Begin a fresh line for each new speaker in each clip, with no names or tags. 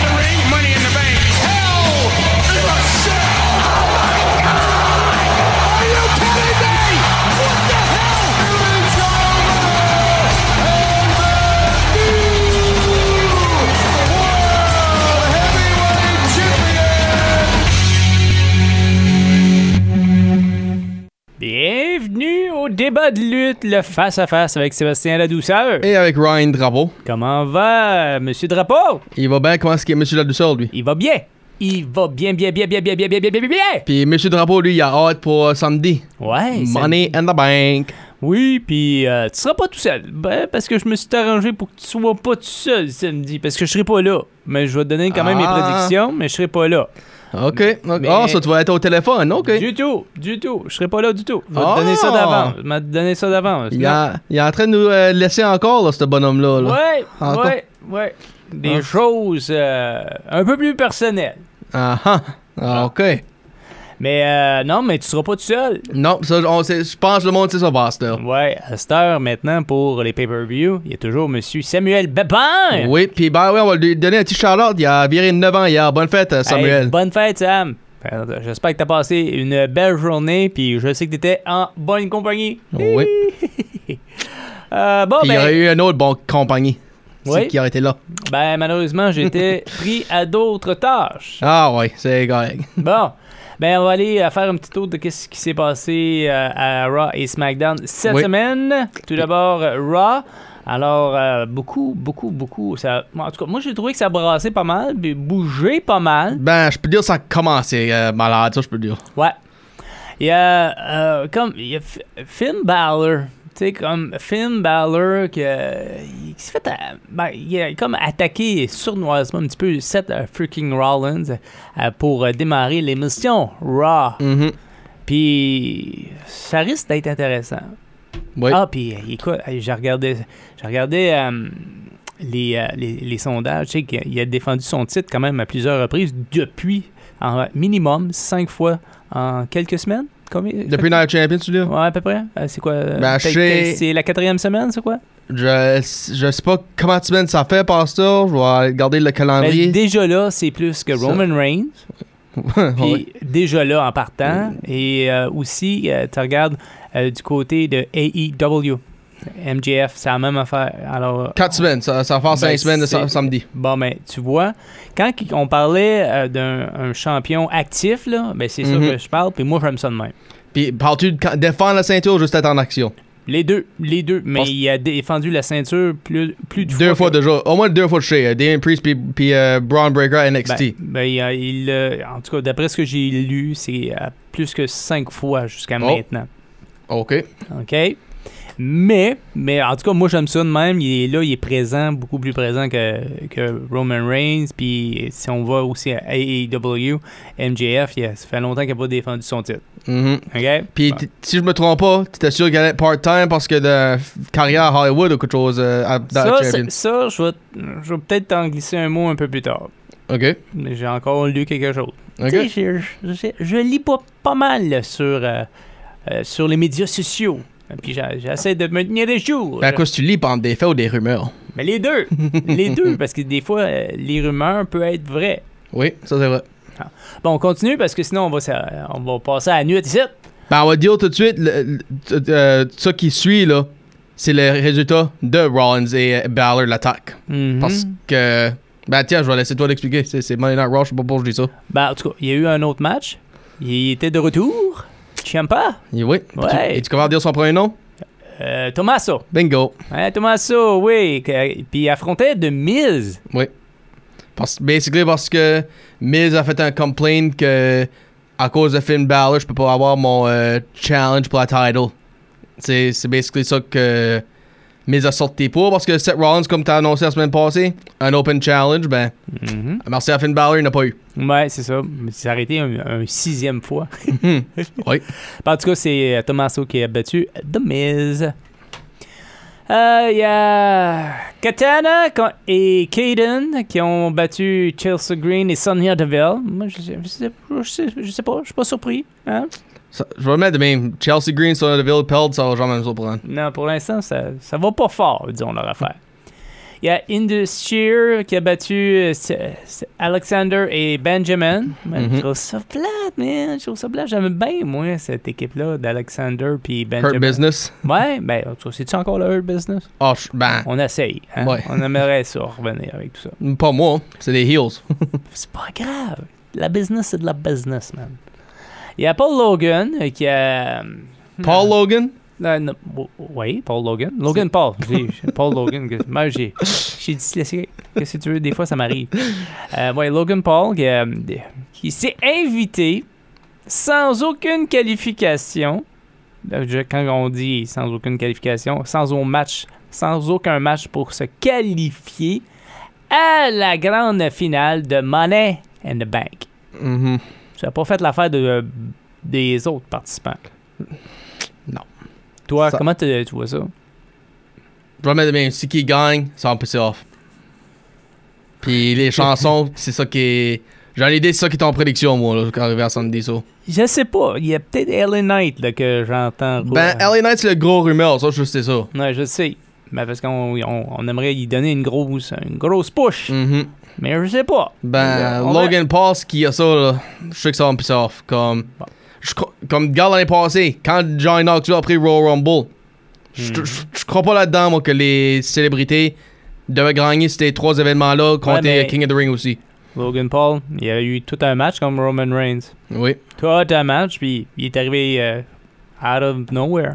the ring, money in the bank. Hell in a cell. Are you kidding me? What the hell?
Bienvenue au débat de lutte, le face-à-face avec Sébastien La Douceur.
Et avec Ryan Drapeau.
Comment va, Monsieur Drapeau?
Il va bien comment est-ce qu'il est Monsieur la douceur, lui.
Il va bien. Il va bien, bien, bien, bien, bien, bien, bien, bien, bien, bien, bien.
Puis Monsieur Drapeau, lui, il a hâte pour euh, samedi.
Ouais. c'est-
Money in the bank.
Oui, puis euh, tu seras pas tout seul. Ben, parce que je me suis arrangé pour que tu sois pas tout seul samedi. Parce que je serai pas là. Mais je vais te donner quand même mes
Ah.
prédictions, mais je serai pas là.
OK. Ah, oh, ça, tu vas être au téléphone. OK.
Du tout, du tout. Je serai pas là du tout. Je vais
Ah.
te donner ça d'avance. Je vais te donner ça d'avance.
Il, a- il est en train de nous euh, laisser encore, là, ce bonhomme-là. là.
Ouais,
Encore?
ouais, ouais. Des
Ah.
choses euh, un peu plus personnelles.
Ah, ah. Ah, OK.
Mais euh, non, mais tu seras pas tout seul.
Non, ça, on sait- je pense que le monde sait ça, Pasteur.
Ouais, à cette heure maintenant pour les pay-per-view, il y a toujours Monsieur Samuel Bepin.
Oui, puis ben oui, on va lui donner un petit shout-out. Il a viré 9 ans hier. Bonne fête, euh, Samuel.
Hey, bonne fête, Sam. Euh, J'espère que t'as passé une belle journée, puis je sais que t'étais en bonne compagnie.
Oui.
Euh, bon,
Puis il y
ben,
aurait eu un autre bon compagnie.
Oui.
C'est Qui aurait été là.
ben, malheureusement, j'étais pris à d'autres tâches.
Ah, ouais, c'est correct.
Bon, ben, on va aller euh, faire un petit tour de ce qui s'est passé euh, à Raw et SmackDown cette
Oui.
semaine. Tout d'abord, euh, Raw. Alors, euh, beaucoup, beaucoup, beaucoup. Ça, en tout cas, moi, j'ai trouvé que ça brassait pas mal, puis bougeait pas mal.
Ben, je peux dire, ça a commencé euh, malade, ça, je peux dire.
Ouais. Il y a, euh, comme, il y a F- Finn Balor. Tu sais, comme Finn Balor qui, euh, il- qui s'est fait. euh, ben, il a comme attaqué sournoisement un petit peu Seth euh, freaking Rollins euh, pour euh, démarrer l'émission Raw.
Mhm.
Puis ça risque d'être intéressant.
Oui.
Ah, puis euh, écoute, euh, j'ai regardé, j'ai regardé euh, les, euh, les, les sondages. Tu sais qu'il a défendu son titre quand même à plusieurs reprises depuis, en minimum, cinq fois en quelques semaines. Combien?
Depuis Night Champion, tu dis?
Ouais, à peu près. Euh, c'est quoi? euh,
Ben,
t'as-
chez-
t'as- C'est la quatrième semaine, c'est quoi?
Je, je sais pas comment tu mènes ça fait, Pasteur. Je vais aller regarder le calendrier.
Ben, déjà là, c'est plus que
Ça.
Roman Reigns. Puis
Ah Ouais.
déjà là, en partant. Et euh, aussi, euh, tu regardes euh, du côté de E AEW. MJF, c'est la même affaire. Alors,
Quatre semaines, ça, ça va faire
Ben,
cinq semaines de sa-
c'est-
samedi.
Bon, ben, tu vois, quand qu- on parlait euh, d'un un champion actif, là, ben, c'est
Mhm.
ça que je parle, puis moi, j'aime ça de même.
Puis parles-tu de ca- défendre la ceinture ou juste être en action?
Les deux, les deux. Mais
Parce-
il a défendu la ceinture plus, plus de
Deux fois
que-
déjà. Au moins deux fois de chez euh, Damien Priest puis, puis euh, Braun Breaker à
Ben,
NXT.
ben, il a- il, euh, en tout cas, d'après ce que j'ai lu, c'est euh, plus que cinq fois jusqu'à
Oh.
maintenant. Ben.
OK.
OK? Mais, mais en tout cas, moi, j'aime ça de même. Il est là, il est présent, beaucoup plus présent que, que Roman Reigns. Puis si on va aussi à E AEW, MJF, il a- ça fait longtemps qu'il n'a pas défendu son titre.
Mhm.
OK?
Puis t- si je me trompe pas, tu sûr qu'il allait être part-time parce que de f- carrière à Hollywood ou quelque chose euh, à, dans
ça,
la
c'est-
Champion.
ça, je vais, je vais peut-être t'en glisser un mot un peu plus tard.
OK.
Mais J'ai encore lu quelque chose. Tu
OK.
sais, je, je- je lis pas, pas mal sur, euh, euh, sur les médias sociaux. Puis j'a- j'essaie de me tenir les jours.
Ben, à cause tu lis par des faits ou des rumeurs.
Mais les deux, les deux, parce que des fois, euh, les rumeurs peuvent être vraies.
Oui, ça c'est vrai.
Bon, on continue parce que sinon, on va, s'a- on va passer à la nuit ici.
Ben, on va dire tout de suite, le- le- t- euh, ce qui suit, là, c'est le résultat de Rollins et euh, Balor, l'attaque. Parce que. Ben, tiens, je vais laisser toi l'expliquer. C'est, c'est Money Night Raw, je sais pas pourquoi je dis ça.
Ben, en tout cas, il y a eu un autre match. Il était de retour. Ciampa.
Et oui.
Ouais.
Et tu commences à dire son premier nom?
Euh, Tommaso.
Bingo.
Hein, Tommaso, oui. que- Puis il affrontait de Miz.
Parce, basically, parce que Miz a fait un complaint que. À cause de Finn Balor, je peux pas avoir mon euh, challenge pour la title. C'est, c'est basically ça que. Miz a sorti pour. Parce que Seth Rollins, comme t'as annoncé la semaine passée, un open challenge, ben. Merci à Finn Balor, il n'a pas eu.
Ouais, c'est ça. Mais Il s'est arrêté un, un sixième fois. Bah,
Oui.
En tout cas, c'est euh, Tommaso qui a battu The Miz. Euh, Il y a Katana co- et Kaden qui ont battu Chelsea Green et Sonia Deville. Moi, je sais, je sais- je sais- je sais pas, je suis pas surpris. Hein?
Ça- je vais le mettre de même. Chelsea Green sur la ville Pelt, ça va jamais me surprendre.
Non, pour l'instant, ça, ça va pas fort, disons leur affaire. Il y a Indus Shear qui a battu euh, c'est- c'est Alexander et Benjamin. Man, Je
Mhm.
trouve ça plate, man. Je trouve ça plate. J'aime bien, moi, cette équipe-là d'Alexander puis Benjamin.
Hurt business.
Ouais, ben, c'est-tu encore le Hurt Business?
Oh, je- ben,
On essaye. hein.
Ouais.
On aimerait ça revenir avec tout ça.
pas moi. C'est des heels.
C'est pas grave. La business, c'est de la business, man. Il y a Paul Logan euh, qui a.
Paul Logan.
Euh, non, w- oui, Paul Logan. Logan Paul. J'ai- j'ai- Paul Logan. que- moi, j'ai- Je suis dyslexique. Qu'est-ce que tu veux? Des fois, ça m'arrive. Euh, ouais, Logan Paul qui, euh, qui s'est invité sans aucune qualification. Euh, je- Quand on dit sans aucune qualification, sans, au match, sans aucun match pour se qualifier à la grande finale de Money and the Bank.
Mhm.
Tu n'as pas fait l'affaire de, euh, des autres participants.
Non.
Toi,
Ça-
comment tu tu vois ça?
Je vais le mettre de même. Si qui gagne, ça va me pisser off. Puis les chansons, c'est ça qui est. J'en ai idée, c'est ça qui est en prédiction, moi, là, quand arrivé à Sunday Show.
Je sais pas. Il y a peut-être Ellen Knight là, que j'entends.
Ben, LA Knight, c'est le gros rumeur, ça, je sais ça.
Non, je sais. Ben, parce qu'on on, on aimerait y donner une grosse, une grosse push.
Mhm.
Mais je sais pas.
Ben,
On va-
Logan Paul, ce qu'il y a ça, là, je sais que ça va me pisser off. Comme,
Bon.
je cro- comme regarde l'année passée, quand John Knoxville a pris Royal Rumble, je
Hmm.
je- je crois pas là-dedans, moi, que les célébrités devaient gagner ces trois événements-là, compter
mais-
King of the Ring aussi.
Logan Paul, il a eu tout un match comme Roman Reigns.
Oui.
Tout un match, puis il est arrivé euh, out of nowhere.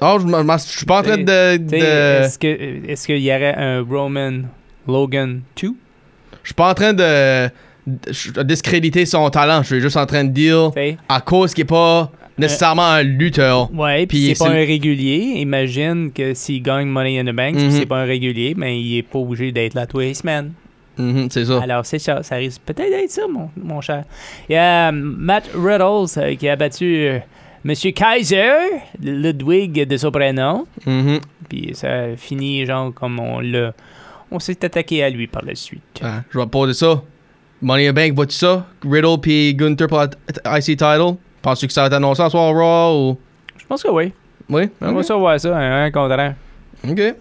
Non, Ah, je m- m- je suis pas en train de.
Tu sais,
de-
Est-ce que est-ce qu'il y aurait un Roman Logan 2?
Je suis pas en train de, de- je- discréditer son talent. Je suis juste en train de dire
Tu sais?
à cause qu'il est pas
Euh.
nécessairement un lutteur.
Ouais, puis
Puis
c'est pas
c'est-
un régulier. Imagine que s'il gagne Money in the Bank, puis
Mhm.
c'est pas un régulier, mais il est pas obligé d'être là tous les semaines.
Mhm, c'est ça.
Alors, c'est ça. Ça risque peut-être d'être ça, mon, mon cher. Il y a euh, Matt Riddles euh, qui a battu euh, Monsieur Kaiser, Ludwig de Soprano.
Mhm.
Puis ça finit, genre, comme on l'a. On s'est attaqué à lui par la suite.
Ah, je vais poser ça. Money in the Bank, vois-tu ça? Riddle puis Gunther pour la t- t- IC title. Penses-tu que ça va être annoncé en soir au Raw ou.
Je pense que oui.
Oui?
On va
Ok.
se voir ça, hein, un, un contre un.
Ok.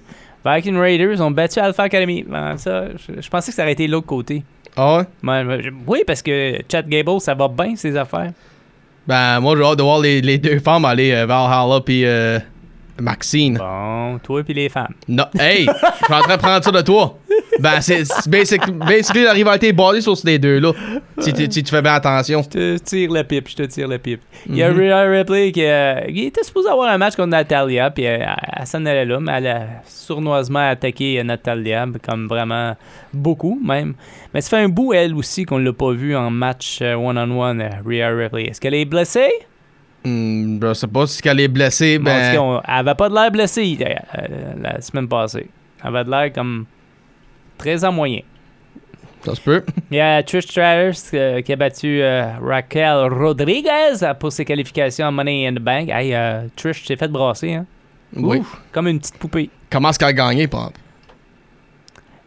Viking Raiders ont battu Alpha Academy. Ben, ça, je, je pensais que ça aurait été l'autre côté.
Ah ouais?
Ouais, ouais, je- oui, parce que Chad Gable, ça va bien, ses affaires.
Ben, moi, j'ai hâte de voir les, les deux femmes aller euh, Valhalla puis euh, Maxine.
Bon, toi puis les femmes.
Non, hey, je suis en train de prendre ça de toi. Ben, c'est c'est basic, basically la rivalité est basée sur ces deux-là. Si, tu- si tu fais bien attention.
Je te tire la pipe, je te tire la pipe. Il y a Rhea Ripley qui euh, il était supposé avoir un match contre Natalia, puis euh, elle s'en allait là, mais elle a sournoisement attaqué euh, Natalia, comme vraiment beaucoup même. Mais ça fait un bout, elle aussi, qu'on l'a pas vu en match euh, one-on-one, euh, Rhea Ripley. Est-ce qu'elle est blessée?
Hmm, je sais pas si qu'elle est blessée,
Bon, en tout
ben.
cas, on- elle avait pas de l'air blessée euh, euh, la semaine passée. Elle avait de l'air comme très en moyen.
Ça se peut.
Il y a Trish Stratus euh, qui a battu euh, Raquel Rodriguez pour ses qualifications à Money in the Bank. Hey, euh, Trish s'est fait brasser, hein?
Oui.
Ouf, comme une petite poupée.
Comment est-ce qu'elle a gagné, par exemple?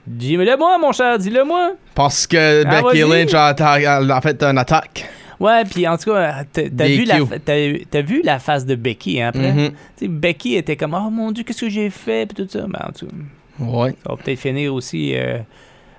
Dis-le moi, mon cher, dis-le moi.
Parce que
Ah,
Becky
vas-y.
Lynch a, atta- elle a fait une attaque.
Ouais, puis en tout cas, euh, t'as t'as
Des
vu, la
Q.
fa- t'as- t'as vu la face de Becky hein, après?
Mhm.
Tu sais, Becky était comme, oh mon dieu, qu'est-ce que j'ai fait, puis tout ça. Ben, en tout cas,
Ouais.
ça va peut-être finir aussi euh,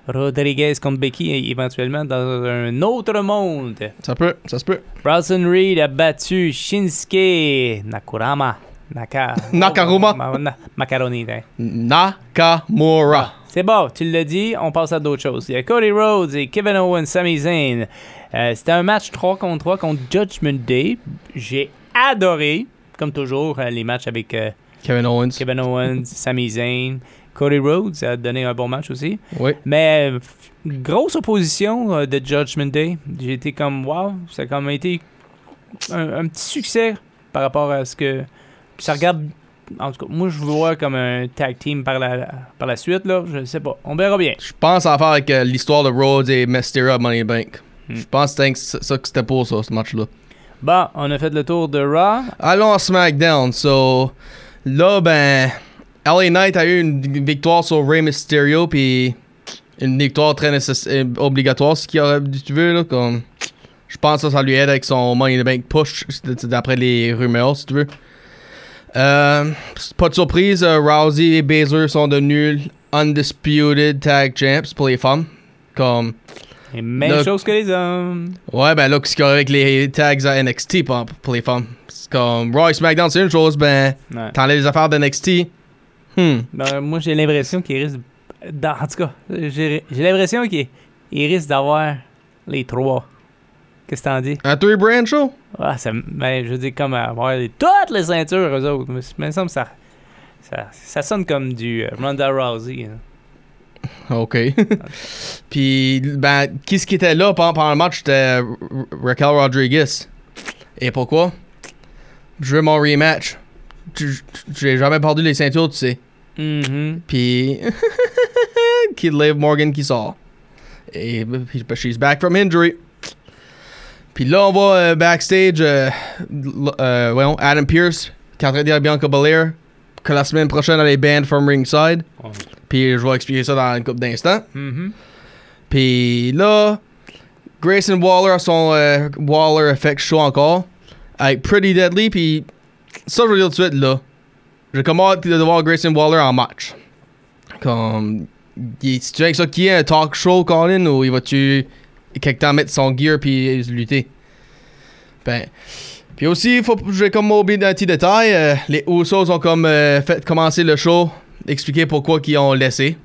Rodriguez contre Becky é- éventuellement dans un autre monde.
Ça peut, ça se peut.
Bronson Reed a battu Shinsuke Nakurama. Naka...
Nakaruma.
Ma- na- Macaroni. hein.
Nakamura.
C'est bon, tu l'as dit, on passe à d'autres choses. Il y a Cody Rhodes et Kevin Owens, Sami Zayn. Euh, C'était un match 3 contre 3 contre Judgment Day. J'ai adoré, comme toujours, euh, les matchs avec euh,
Kevin Owens.
Kevin Owens, Sami Zayn. Cody Rhodes a donné un bon match aussi.
Oui.
Mais euh, f- grosse opposition euh, de Judgment Day. J'ai été comme wow, ça a quand même été un, un petit succès par rapport à ce que ça regarde. En tout cas, moi je vois comme un tag team par la par la suite là. Je sais pas, on verra bien.
Je pense en faire avec euh, l'histoire de Rhodes et Mysterio à Money in the Bank. Je pense que c'est ça que c'était pour ça, ce match-là.
Bon, on a fait le tour de Raw.
Allons à SmackDown. So, là, ben, LA Knight a eu une victoire sur Rey Mysterio, puis une victoire très nécess- euh, obligatoire, ce qui aurait dû tu veux, là, comme. Je pense que ça lui aide avec son Money in the Bank push, c'est- d'après les rumeurs, si tu veux. Euh, pas de surprise, euh, Rousey et Baszler sont devenus undisputed tag champs pour les femmes. Comme,
Et même
Le-
chose que les hommes.
ouais, ben là, ce qu'il y a avec les tags à NXT pour, pour les femmes. C'est comme, Royce McDonald, c'est une chose, ben,
Ouais.
t'enlèves les affaires d'NXT. Hmm.
Ben, moi, j'ai l'impression qu'il risque. d'en- En tout cas, j'ai j'ai l'impression qu'il il risque d'avoir les trois. Qu'est-ce que t'en dis?
Un three brand show?
Ah, ça, ben, je veux dire, comme avoir les- toutes les ceintures, eux autres. Mais c- mais il me semble que ça, ça, ça sonne comme du euh, Ronda Rousey. hein.
Ok. Puis, ben, qui ce qui était là pendant, pendant le match? C'était Ra- Raquel Rodriguez. Et pourquoi? Je veux mon rematch. Tu- tu- J'ai jamais perdu les ceintures, tu sais.
Mhm.
Puis, Kid Liv Morgan qui sort. Et puis, she's back from injury. Puis là, on va euh, backstage, euh, l- euh, voyons, Adam Pierce qui est en train de dire à Bianca Belair que la semaine prochaine, elle est banned from ringside.
Oh.
Puis je vais expliquer ça dans une couple d'instants.
Mhm.
Puis là, Grayson Waller a son euh, Waller Effect Show encore. Avec Pretty Deadly. Puis ça, je vais le dire tout de suite là. J'ai comme hâte de voir Grayson Waller en match. Comme. il- Si tu veux avec ça, qui est un talk show, Colin, ou il va-tu quelque temps mettre son gear puis lutter? Ben. Puis aussi, faut, j'ai comme oublié un petit détail. euh, les Usos ont comme euh, fait commencer le show, expliquer pourquoi qu'ils ont laissé.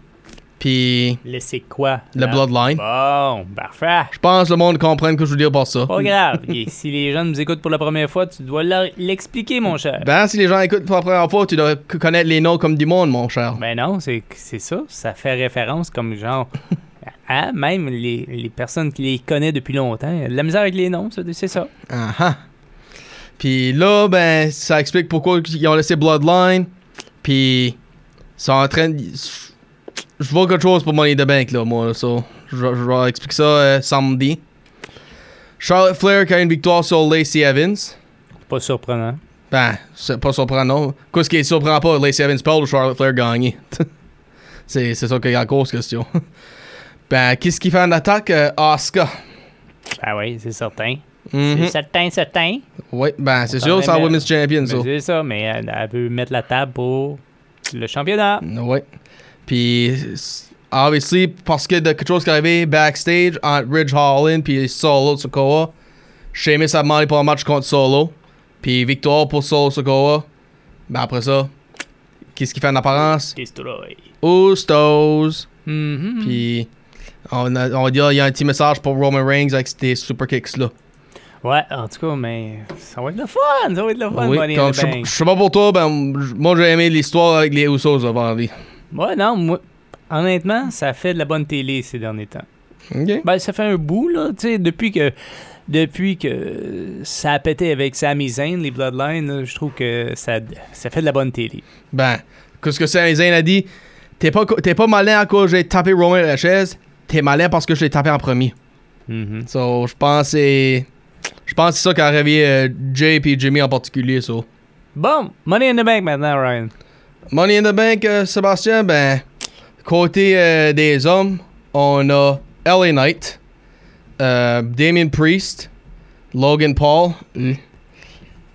Puis
Laissez quoi?
le
là?
Bloodline.
Bon, parfait.
Je pense que le monde comprend ce que je veux dire par ça.
Pas grave. Et si les gens nous écoutent pour la première fois, tu dois leur- l'expliquer, mon cher. Ben,
Ben, si les gens écoutent pour la première fois, tu dois c- connaître les noms comme du monde, mon cher.
Ben non, c'est c'est ça. Ça fait référence comme genre. à Même les, les personnes qui les connaissent depuis longtemps. il y a De la misère avec les noms, ça, c'est ça.
Ah ah. Puis là, ben, ça explique pourquoi ils ont laissé Bloodline. Puis, ils sont en train de... Je vois quelque chose pour Money in the Bank, là, moi, là, so, Je vais je vais expliquer ça euh, samedi. Charlotte Flair qui a une victoire sur Lacey Evans.
Pas surprenant.
Ben, c'est pas surprenant. Qu'est-ce qui ne surprend pas, Lacey Evans perd ou Charlotte Flair gagne? c'est, c'est ça qu'il y a en cause, question. ben, qu'est-ce qui fait en attaque? Euh, Asuka.
Ah oui, c'est certain.
Mhm.
C'est certain, certain.
Oui, ben, c'est
On euh,
sûr,
t'en
c'est la
aimait-
Women's Champion, ça.
Mais C'est ça, mais elle, elle veut mettre la table pour le championnat.
Oui. Mm, Puis, s- obviously, parce que de quelque chose qui est arrivé backstage entre Ridge Holland puis Solo Sokoa, Sheamus a demandé pour un match contre Solo. Puis, victoire pour Solo Sokoa. Ben, après ça, qu'est-ce qui fait en apparence?
Destroy.
Oustos.
Mhm.
Puis on, a- on va dire, il y a un petit message pour Roman Reigns avec ces super kicks là.
Ouais, en tout cas, mais ça va être le fun. Ça va être le fun,
Oui,
Money in
comme
the
je sais-
Bank.
je sais pas pour toi, ben, j- moi j'ai aimé l'histoire avec les Usos avant lui.
Ouais, non, moi, honnêtement, ça fait de la bonne télé ces derniers temps.
Ok.
Ben, ça fait un bout, là, tu sais, depuis que, depuis que ça a pété avec Sami Zayn, les Bloodlines, là, je trouve que ça, ça fait de la bonne télé.
Ben, qu'est-ce que c'est, Zayn a dit T'es pas, co- t'es pas malin à cause que j'ai tapé Roman à la chaise, t'es malin parce que je l'ai tapé en premier.
Mhm.
So, je pense que c'est. Je pense que c'est ça qui a réveillé euh, Jay et Jimmy en particulier, so.
Bon, Money in the Bank maintenant, Ryan.
Money in the Bank, euh, Sébastien, ben, côté euh, des hommes, on a LA Knight, euh, Damien Priest, Logan Paul. hmm.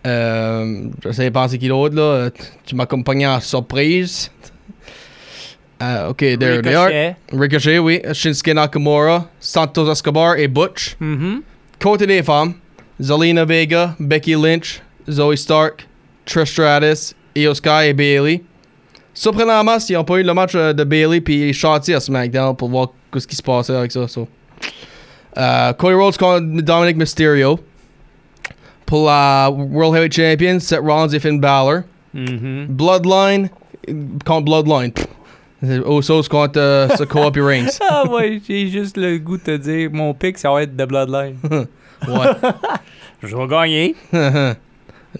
Euh, J'essaie de penser qui d'autre, là. Euh, t- Tu m'accompagnes en surprise. Euh, ok, there they are.
Ricochet.
Ricochet, oui. Shinsuke Nakamura, Santos Escobar et Butch.
Mhm.
Côté des femmes, Zelina Vega, Becky Lynch, Zoe Stark, Trish Stratus, Io Sky et Bailey. Surprenamment, ils n'ont pas eu le match euh, de Bailey puis Shotty à SmackDown pour voir ce qui se passait avec ça. so. Euh, Cody Rhodes contre Dominic Mysterio. Pour la World Heavyweight Champion, Seth Rollins et Finn Balor.
Mhm.
Bloodline euh, contre Bloodline. Pff. Usos contre euh, Sokoa puis Reigns.
Ah ouais, j'ai juste le goût de te dire, mon pick, ça va être de Bloodline.
Ouais.
Je vais gagner.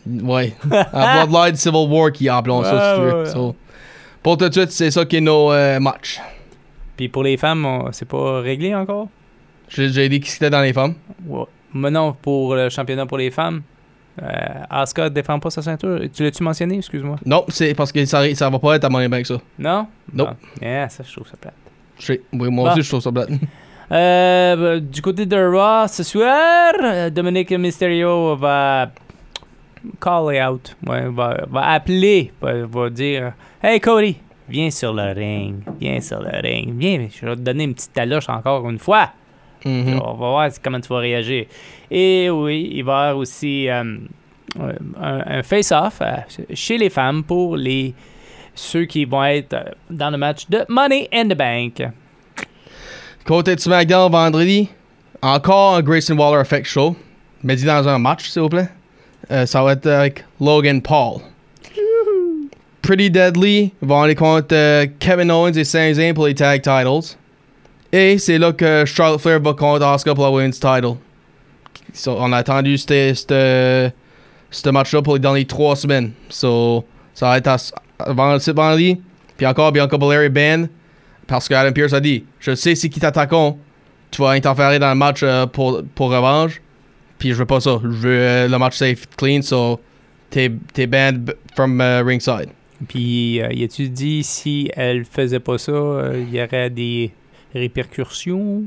ouais. À Bloodline Civil War qui appelons ça, si tu
Ouais,
veux.
ouais.
So, pour tout de suite, c'est ça qui est nos euh, matchs.
Puis pour les femmes, on- c'est pas réglé encore?
J'ai j'ai dit qui c'était dans les femmes.
Ouais. Mais non, pour le championnat pour les femmes. Euh, Asuka défend pas sa ceinture. Tu l'as-tu mentionné, excuse-moi?
Non, c'est parce que ça, ça va pas être à Money Bank, ça.
Non?
Nope.
Bon. Yeah, ça, je trouve ça plate.
Je sais. Oui, moi
Bah.
aussi, je trouve ça plate.
Euh, bah, du côté de Raw, ce soir, euh, Dominic Mysterio va call out, ouais, va, va appeler, va, va dire « Hey Cody, viens sur le ring, viens sur le ring, viens, je vais te donner une petite taloche encore une fois.
Mhm.
On va voir comment tu vas réagir. Et oui, il va y avoir aussi euh, un, un face-off euh, chez les femmes pour les ceux qui vont être euh, dans le match de Money in the Bank.
Côté de SmackDown, vendredi, encore un Grayson Waller Effect Show. Mais dis dans un match, s'il vous plaît. Euh, ça va être avec Logan Paul. Pretty Deadly vont aller contre euh, Kevin Owens et Sami Zayn pour les Tag Titles. Et c'est là que Charlotte Flair va contre Asuka pour la Women's Title. So, on a attendu ce- ce ce match-là pour les dernières trois semaines. So, ça va être à, à vendredi, vendredi. Puis encore Bianca Belair et Ben. Parce que Adam Pierce a dit Je sais c'est qui t'attaquons. Tu vas interférer dans le match euh, pour, pour revanche. Puis je veux pas ça. Je veux euh, le match safe, clean. So, t'es t'es banned b- from euh, ringside.
Puis, euh, y a-tu dit si elle faisait pas ça, euh, il y aurait des répercussions?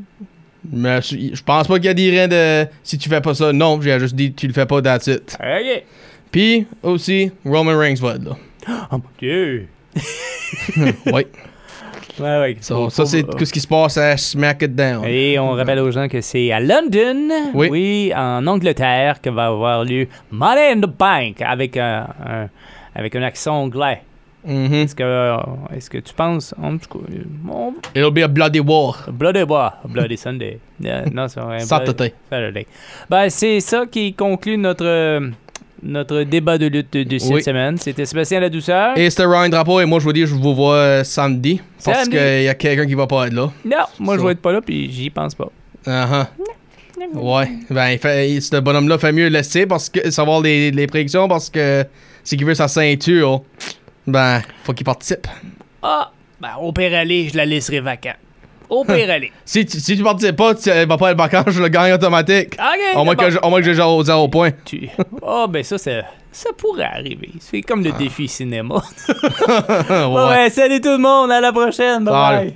Mais je je pense pas qu'il y a dit rien de si tu fais pas ça. Non, j'ai juste dit tu le fais pas, that's it.
Ok!
Puis aussi, Roman Reigns va être là.
Oh mon dieu!
ouais.
Ouais, ouais.
So,
Faut-
ça,
faut-
c'est tout ce qui se passe à Smack It Down.
Et on rappelle aux gens que c'est à London,
Oui.
en Angleterre, que va avoir lieu Money in the Bank avec un, un- avec un accent anglais.
Mhm.
Est-ce que, euh, est-ce que tu penses. En tout cas, on-
It'll be a bloody war.
Bloody Bois, Bloody Sunday. Euh, non, c'est vrai.
Saturday.
Saturday. Ben, c'est ça qui conclut notre, euh, notre débat de lutte de, de cette
Oui.
semaine. C'était Sébastien La Douceur.
Et c'était Ryan Drapeau et moi je vous dis je vous vois euh, samedi parce
Samedi.
qu'il y a quelqu'un qui va pas être là.
Non, moi, je
Ça.
vais être pas là, puis j'y pense pas.
Uh-huh. Ouais, ben il fait, il- ce bonhomme-là fait mieux le laisser parce que savoir les, les prédictions parce que si qu'il veut sa ceinture, ben faut qu'il participe.
Ah, ben, au pire aller, je la laisserai vacante. Au pire aller.
Si tu, si tu participes pas, tu elle va pas être vacant, je le gagne automatique.
OK,
Au moins
bon.
que je- au moins que j'ai genre au zéro point.
Tu- Ah, ben ça, ça, ça pourrait arriver. C'est comme le défi cinéma.
Ah. ouais.
ouais, salut tout le monde, à la prochaine. Bye
Salut.
bye.